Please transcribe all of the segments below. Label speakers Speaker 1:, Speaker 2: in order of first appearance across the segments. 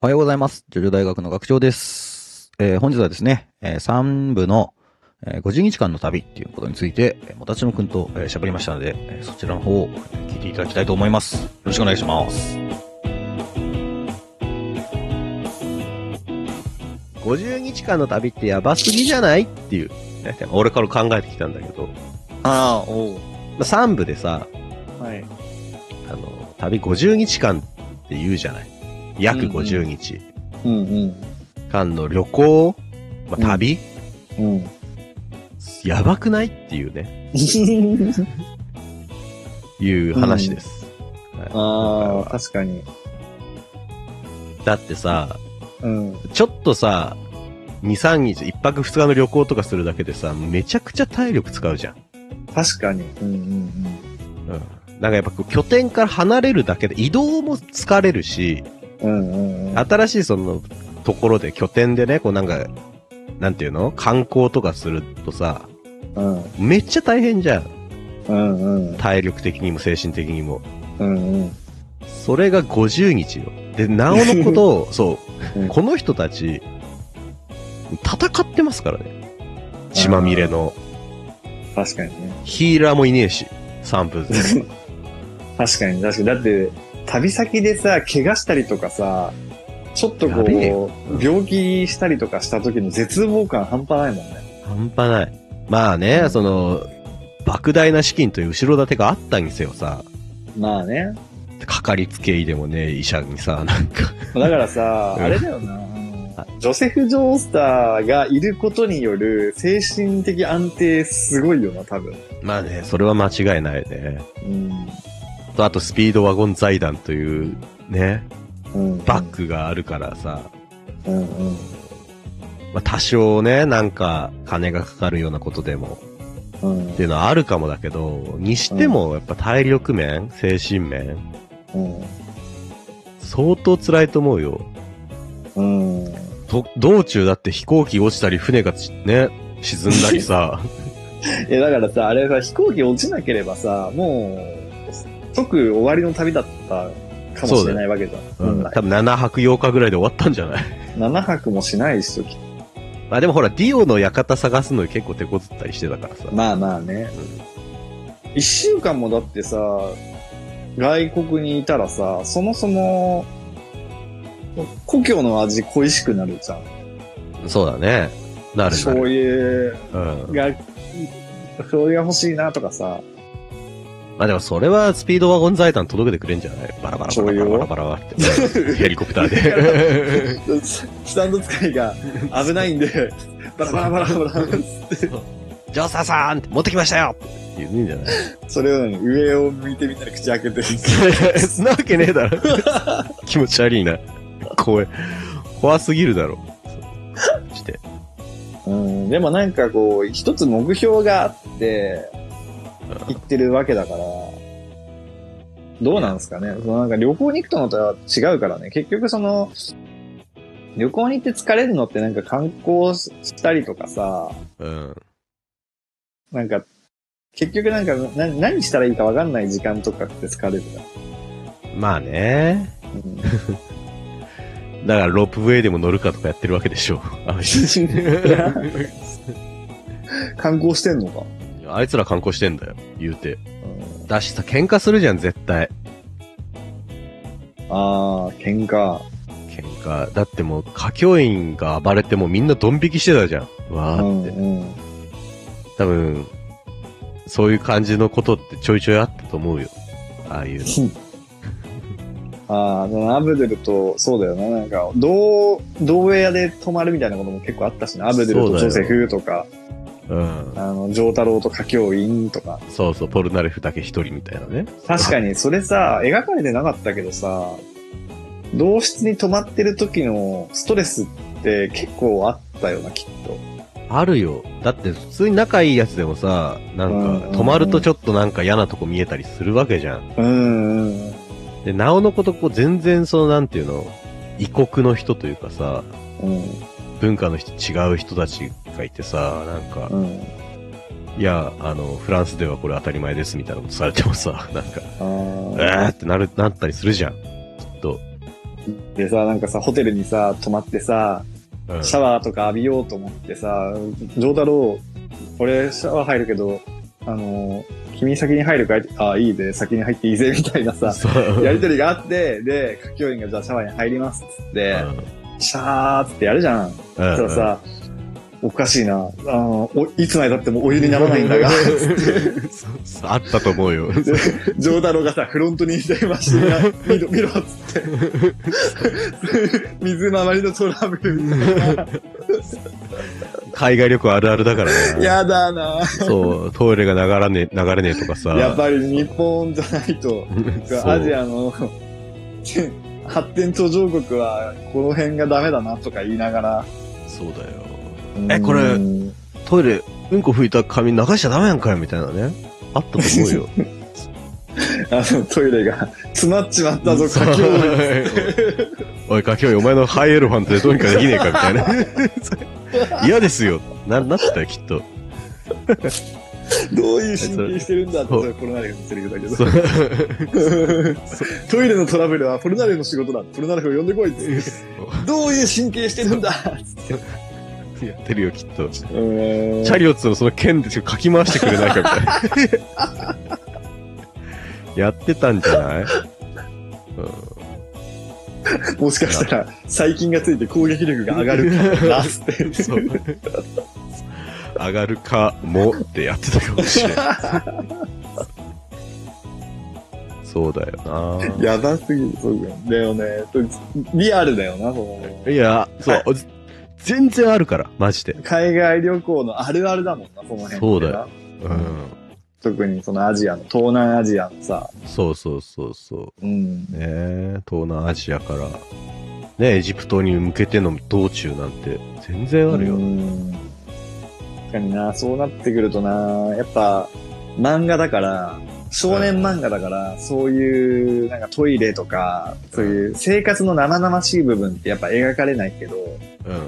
Speaker 1: おはようございます。ジョジョ大学の学長です。えー、本日はですね、えー、3部の、えー、50日間の旅っていうことについて、えー、もたちのくんと喋、えー、りましたので、えー、そちらの方を聞いていただきたいと思います。よろしくお願いします。
Speaker 2: 50日間の旅ってやばすぎじゃないっていう、ね、俺から考えてきたんだけど。
Speaker 3: ああ、おう。
Speaker 2: 3部でさ、
Speaker 3: はい。
Speaker 2: あの、旅50日間って言うじゃない。約50日間の旅行、まあ、旅、
Speaker 3: うん、うん、
Speaker 2: やばくないっていうね。いう話です。
Speaker 3: うんはい、ああ、確かに。
Speaker 2: だってさ、
Speaker 3: うん、
Speaker 2: ちょっとさ、2、3日、1泊2日の旅行とかするだけでさ、めちゃくちゃ体力使うじゃん。
Speaker 3: 確かに。うん
Speaker 2: う
Speaker 3: うん
Speaker 2: ん。うん。なんかやっぱ拠点から離れるだけで移動も疲れるし、
Speaker 3: うんうんうん、
Speaker 2: 新しいそのところで拠点でね、こうなんか、なんていうの観光とかするとさ、
Speaker 3: うん、
Speaker 2: めっちゃ大変じゃん。
Speaker 3: うんうん、
Speaker 2: 体力的にも精神的にも。
Speaker 3: うんうん、
Speaker 2: それが50日よ。で、なおのことを、 そう、うん、この人たち、戦ってますからね。血まみれの。
Speaker 3: 確かにね。
Speaker 2: ヒーラーもいねえし、3分
Speaker 3: 確かに、確かに。だって、旅先でさ、怪我したりとかさ、ちょっとこう、うん、病気したりとかした時の絶望感半端ないもんね。
Speaker 2: 半端ない。まあね、うん、その、莫大な資金という後ろ盾があったにせよさ。
Speaker 3: まあね。
Speaker 2: かかりつけ医でもね、医者にさ、なんか
Speaker 3: だか らさ、あれだよな。ジョセフ・ジョースターがいることによる精神的安定すごいよな、多分。
Speaker 2: まあね、それは間違いないね。
Speaker 3: うん。
Speaker 2: と、あとスピードワゴン財団というね、
Speaker 3: うん、うん、
Speaker 2: バックがあるからさ、
Speaker 3: うんうん、
Speaker 2: まあ、多少ね、なんか金がかかるようなことでも、
Speaker 3: うん、
Speaker 2: っていうのはあるかもだけど、にしてもやっぱ体力面、精神面、
Speaker 3: うん、
Speaker 2: 相当辛いと思うよ。
Speaker 3: うん、
Speaker 2: と道中だって飛行機落ちたり船がね、沈んだり さ。
Speaker 3: いやだからさ、あれさ、飛行機落ちなければさ、もう、即終わりの旅だったかもしれないわけじゃん。
Speaker 2: うん、多分7泊8日ぐらいで終わったんじゃない
Speaker 3: ?7 泊もしないっすよ、
Speaker 2: まあでもほら、ディオの館探すのに結構手こずったりしてたからさ。
Speaker 3: まあまあね。一、うん、週間もだってさ、外国にいたらさ、そもそも、故郷の味恋しくなるじゃ
Speaker 2: ん。そうだね。なるなる
Speaker 3: そういう、
Speaker 2: うん、
Speaker 3: が、醤油が欲しいなとかさ、
Speaker 2: まあでもそれはスピードワゴン財団届けてくれんじゃないバラバラバラバラバラバラって。ヘリコプター で。
Speaker 3: スタンド使いが危ないん で、バラバラバラバラって。
Speaker 2: ジョーサーさん持ってきましたよって言うんじゃない
Speaker 3: それを、ね、上を向いてみんなで口開け て。
Speaker 2: そんなわけねえだろ。 気持ち悪いな。怖い。怖すぎるだろ。して。
Speaker 3: うん、でもなんかこう、一つ目標があって、行ってるわけだから、どうなんですかね。そのなんか旅行に行くとのとは違うからね。結局その、旅行に行って疲れるのってなんか観光したりとかさ、
Speaker 2: うん。。
Speaker 3: なんか、結局なんかな何したらいいかわかんない時間とかって疲れるから
Speaker 2: まあね。うんだからロープウェイでも乗るかとかやってるわけでしょ。
Speaker 3: 観光してんのか
Speaker 2: あいつら観光してんだよ、言うて。うん、だしさ、喧嘩するじゃん、絶対。
Speaker 3: あー、喧嘩。
Speaker 2: 喧嘩。だってもう、歌教員が暴れてもみんなドン引きしてたじゃん。わーって。
Speaker 3: うんうん、
Speaker 2: 多分、そういう感じのことってちょいちょいあったと思うよ。ああいうの。
Speaker 3: ああ、アブデルと、そうだよな、なんか、同、同屋で泊まるみたいなことも結構あったしな、アブデルとジョセフとか。
Speaker 2: うん、
Speaker 3: あの、丈太郎と歌教員とか。
Speaker 2: そうそう、ポルナレフだけ一人みたいなね。
Speaker 3: 確かに、それさ、描かれてなかったけどさ、同室に泊まってる時のストレスって結構あったよな、きっと。
Speaker 2: あるよ。だって普通に仲いいやつでもさ、なんか、泊まるとちょっとなんか嫌なとこ見えたりするわけじゃん。
Speaker 3: うん、うん。
Speaker 2: で、なおのことこう全然その、なんていうの、異国の人というかさ、
Speaker 3: うん。
Speaker 2: 文化の人、違う人たちがいてさ、なんか、
Speaker 3: うん、
Speaker 2: いや、あの、フランスではこれ当たり前です みたいなことされてもさ、なんか、
Speaker 3: え
Speaker 2: ーってなる、なったりするじゃん。きっと。
Speaker 3: でさ、なんかさ、ホテルにさ、泊まってさ、
Speaker 2: うん
Speaker 3: シャワーとか浴びようと思ってさ、ジョータロウ、俺シャワー入るけど、あのー、君先に入るかいあ、いいで、先に入っていいぜ、みたいなさ、
Speaker 2: そう
Speaker 3: やりとりがあって、で、歌教員がじゃあシャワーに入りますっつって、シャーっつってやるじゃん。
Speaker 2: うんうん
Speaker 3: そしたらさ、おかしいな。あの、おいつまで経ってもお湯にならないん だが、
Speaker 2: そうそうあったと思うよ。
Speaker 3: ジョータロがさ、フロントにしてましてな、見ろ、見ろっつって。 水回りのトラブルみたいな。
Speaker 2: 海外旅行あるあるだからね。
Speaker 3: やだな
Speaker 2: そう、トイレが流れねえ、流れねえとかさ。
Speaker 3: やっぱり日本じゃないと、
Speaker 2: そう
Speaker 3: アジアの発展途上国はこの辺がダメだなとか言いながら。
Speaker 2: そうだよ。えこれ
Speaker 3: うん
Speaker 2: トイレ、うんこ拭いた髪流しちゃダメやんかよ、みたいなね。あったと思 うよ。
Speaker 3: あのトイレが詰まっちまったぞ、
Speaker 2: そう
Speaker 3: 佳境
Speaker 2: おい、かきおい、お前のハイエルファントでどうにかできねえか、みたいな。 嫌ですよ。な、なってたよ、きっ と。
Speaker 3: どういう神経してるんだって、
Speaker 2: そう
Speaker 3: それコロナレフのセリフだけど
Speaker 2: そ。う
Speaker 3: トイレのトラブルはポルナレフの仕事だ。ポルナレフを呼んでこいっつって。どういう神経してるんだつって。
Speaker 2: やってるよ、きっと。チ
Speaker 3: うーん
Speaker 2: ャリオッツのその剣でかき回してくれないか、みたい な。やってたんじゃないうん
Speaker 3: もしかしたら、細菌がついて攻撃力が上がるか もな、つって。
Speaker 2: そう。上がるかもってやってたかもしれない。そうだよな。
Speaker 3: やばすぎる、そうだよ。だよね。リアルだよな、その。
Speaker 2: いや、そう、ず全然あるから、マジで。
Speaker 3: 海外旅行のあるあるだもんな、その辺ってな
Speaker 2: そうだよ。うん。
Speaker 3: 特にそのアジアの、東南アジアのさ。
Speaker 2: そうそうそうそ
Speaker 3: うん。
Speaker 2: う。ねえ東南アジアから、ねエジプトに向けての道中なんて、全然あるよ。
Speaker 3: うん確かにな、そうなってくるとな、やっぱ、漫画だから、少年漫画だから、そういう、なんかトイレとか、そういう生活の生々しい部分ってやっぱ描かれないけど、
Speaker 2: うんうん。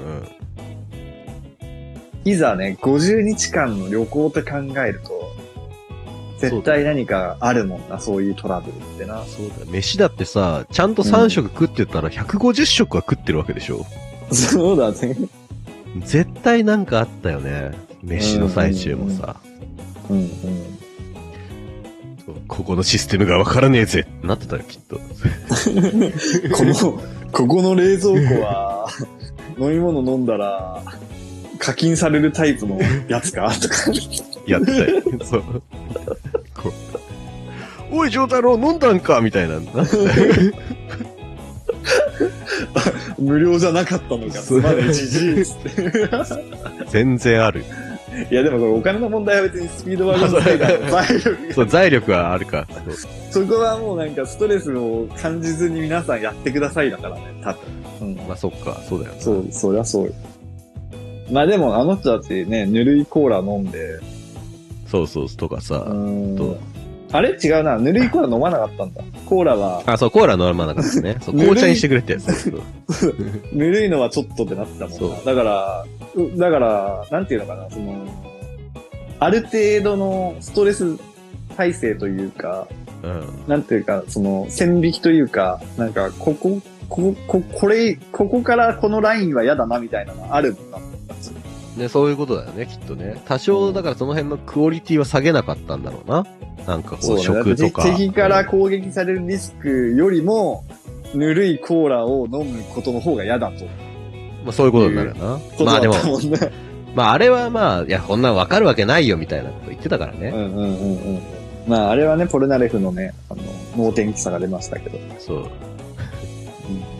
Speaker 3: いざね、50日間の旅行って考えると、絶対何かあるもんな、そういうトラブルってな。
Speaker 2: そうだよ。飯だってさ、ちゃんと3食食ってたら150食は食ってるわけでしょ。
Speaker 3: そうだね。
Speaker 2: 絶対なんかあったよね。飯の最中もさ。
Speaker 3: うんうん。
Speaker 2: そうここのシステムがわからねえぜってなってたよ、きっ と。
Speaker 3: こ の、ここの冷蔵庫は、飲み物飲んだら、課金されるタイプのや つかとか。
Speaker 2: やってたよ。そう。こうおい、丈太郎、飲んだんかみたいな。なってたよ
Speaker 3: 無料じゃなかったのか。
Speaker 2: そう
Speaker 3: まだじじいっつって。
Speaker 2: 全然ある。
Speaker 3: いやでもこれお金の問題は別にスピードワゴンスパ イダーの財力
Speaker 2: そう、財力はあるか。そう
Speaker 3: そこはもうなんかストレスを感じずに皆さんやってくださいだからね、多分。うん
Speaker 2: まあ、そっか、そうだよな。
Speaker 3: そう、そりゃそうよ。まあでもあの人たちね、ぬるいコーラ飲んで、
Speaker 2: そうそう、とか
Speaker 3: う
Speaker 2: さ。
Speaker 3: ー
Speaker 2: と
Speaker 3: ん。あれ違うな、ぬるいコーラ飲まなかったんだ。コーラは、
Speaker 2: あ、そう、コーラ飲まなかったね。そう、紅茶にしてくれってや つ。そう
Speaker 3: ぬるいのはちょっとってなってたもんな。
Speaker 2: そ
Speaker 3: だから、うだから、なんていうのかな、その、ある程度のストレス耐性というか、
Speaker 2: うん。
Speaker 3: なんていうか、その、線引きというか、なんか、ここ、ここ、ここれ、ここからこのラインは嫌だなみたいなのあるもんな。
Speaker 2: ね、そういうことだよね、きっとね。多少、だからその辺のクオリティは下げなかったんだろうな。なんかこう、食とか。
Speaker 3: 敵から攻撃されるリスクよりも、ぬるいコーラを飲むことの方が嫌だと。
Speaker 2: まあ、そういうことになるよな。まあでも、
Speaker 3: こと だったんね
Speaker 2: まあ、あれはまあ、いや、こんなんわかるわけないよ、みたいなこと言ってたからね。
Speaker 3: うんうんうんうん。まあ、あれはね、ポルナレフのね、あの、脳天気さが出ましたけど。
Speaker 2: そう。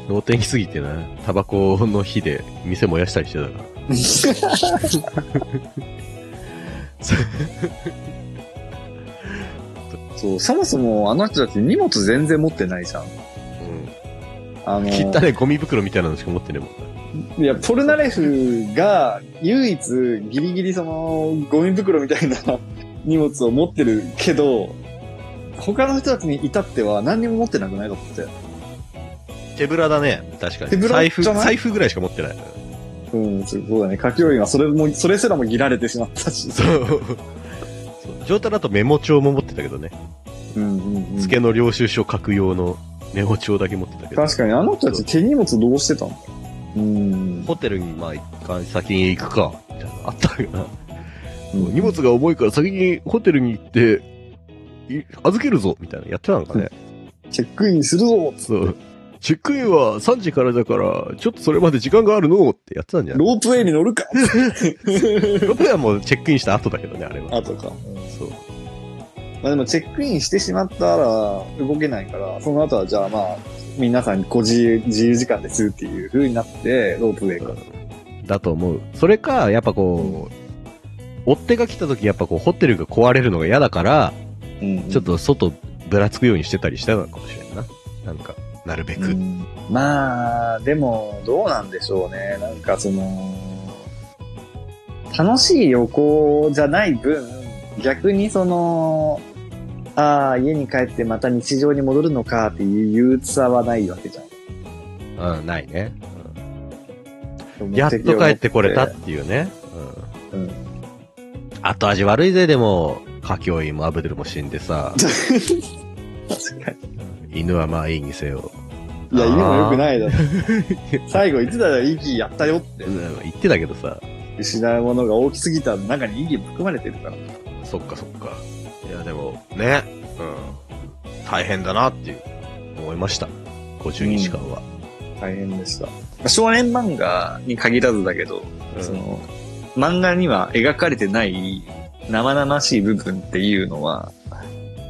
Speaker 2: 脳天気すぎてな、タバコの火で店燃やしたりしてたから。
Speaker 3: そう、そもそもあの人たち荷物全然持ってないじゃん。
Speaker 2: う
Speaker 3: あ の、
Speaker 2: ん。汚いゴミ袋みたいなのしか持ってねえもんな。
Speaker 3: いや、ポルナレフが唯一ギリギリそのゴミ袋みたいな 荷物を持ってるけど、他の人たちに至っては何にも持ってなくないだって。
Speaker 2: 手ぶらだね、確かに。
Speaker 3: 手ぶら
Speaker 2: 財布、
Speaker 3: じゃない
Speaker 2: 財布ぐらいしか持ってない。
Speaker 3: うん、そうだね。書き終えはそれも、それすらも切られてしまったし。
Speaker 2: そう。そう。状態だとメモ帳も持ってたけどね。
Speaker 3: うんうんうん。
Speaker 2: 付けの領収書書く用のメモ帳だけ持ってたけど。
Speaker 3: 確かに、あの人たち手荷物どうしてたのうん。
Speaker 2: ホテルに、まあ、一回先に行くか、みたいなのあったよな。
Speaker 3: うん
Speaker 2: 荷物が重いから先にホテルに行って、い預けるぞ、みたいなのやってたのかね。
Speaker 3: チェックインするぞ
Speaker 2: そう。チェックインは3時からだから、ちょっとそれまで時間があるのってやってたんじゃない
Speaker 3: ロープウェイに乗る か
Speaker 2: 僕はもうチェックインした後だけどね、あれは。
Speaker 3: あとか。
Speaker 2: そう。
Speaker 3: まあでもチェックインしてしまったら動けないから、その後はじゃあまあ、皆さんご自由、自由時間ですっていう風になって、ロープウェイから。
Speaker 2: だと思う。それか、やっぱこう、追っ手が来た時やっぱこう、ホテルが壊れるのが嫌だから、
Speaker 3: うん
Speaker 2: ちょっ、と外ぶらつくようにしてたりしたのかもしれんな。なんか、なるべ
Speaker 3: う
Speaker 2: く。
Speaker 3: んまあ、でも、どうなんでしょうね。なんかその、楽しい旅行じゃない分、逆にその、ああ、家に帰ってまた日常に戻るのかっていう憂鬱さはないわけじゃん。
Speaker 2: うん、ないね。やっと帰ってこれたっていうね。うん。
Speaker 3: うん
Speaker 2: 後味悪いぜ、でも、カキオイもアブデルも死んでさ、
Speaker 3: 確かに。
Speaker 2: 犬はまあいいにせよ。
Speaker 3: いや、
Speaker 2: あー
Speaker 3: 犬も良くないだろ。最後言ってたら息やったよって
Speaker 2: う。ん、言ってたけどさ、
Speaker 3: 失うものが大きすぎた中に息も含まれてるから。
Speaker 2: そっかそっか。いや、でも、ね、うん、大変だなっていう、思いました。52時間は。
Speaker 3: 大変でした。まあ少年漫画に限らずだけど、
Speaker 2: うん
Speaker 3: その、漫画には描かれてない生々しい部分っていうのは、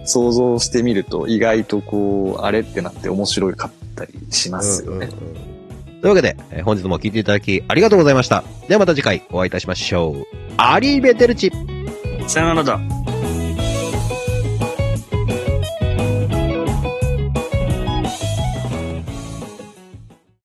Speaker 3: 想像してみると意外とこう、あれってなって面白かったりしますよね。
Speaker 2: うんうんうんというわけで、えー本日も聞いていただきありがとうございました。ではまた次回お会いいたしましょう。アリーベテルチ
Speaker 3: さよならだ。